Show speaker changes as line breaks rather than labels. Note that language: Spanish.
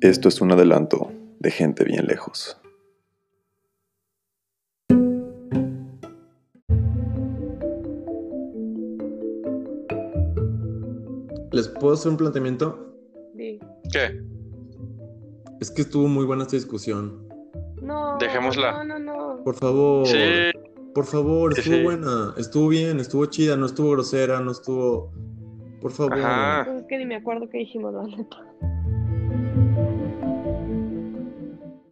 Esto es un adelanto de gente bien lejos.
¿Les puedo hacer un planteamiento?
Sí.
¿Qué?
Es que estuvo muy buena esta discusión.
No.
Dejémosla.
No, no, no.
Por favor.
Sí,
Por favor,
Sí,
estuvo
sí.
buena. Estuvo bien, estuvo chida, no estuvo grosera, no estuvo. Por favor.
Ajá.
Ah.
Pues es que ni me acuerdo qué dijimos, la neta.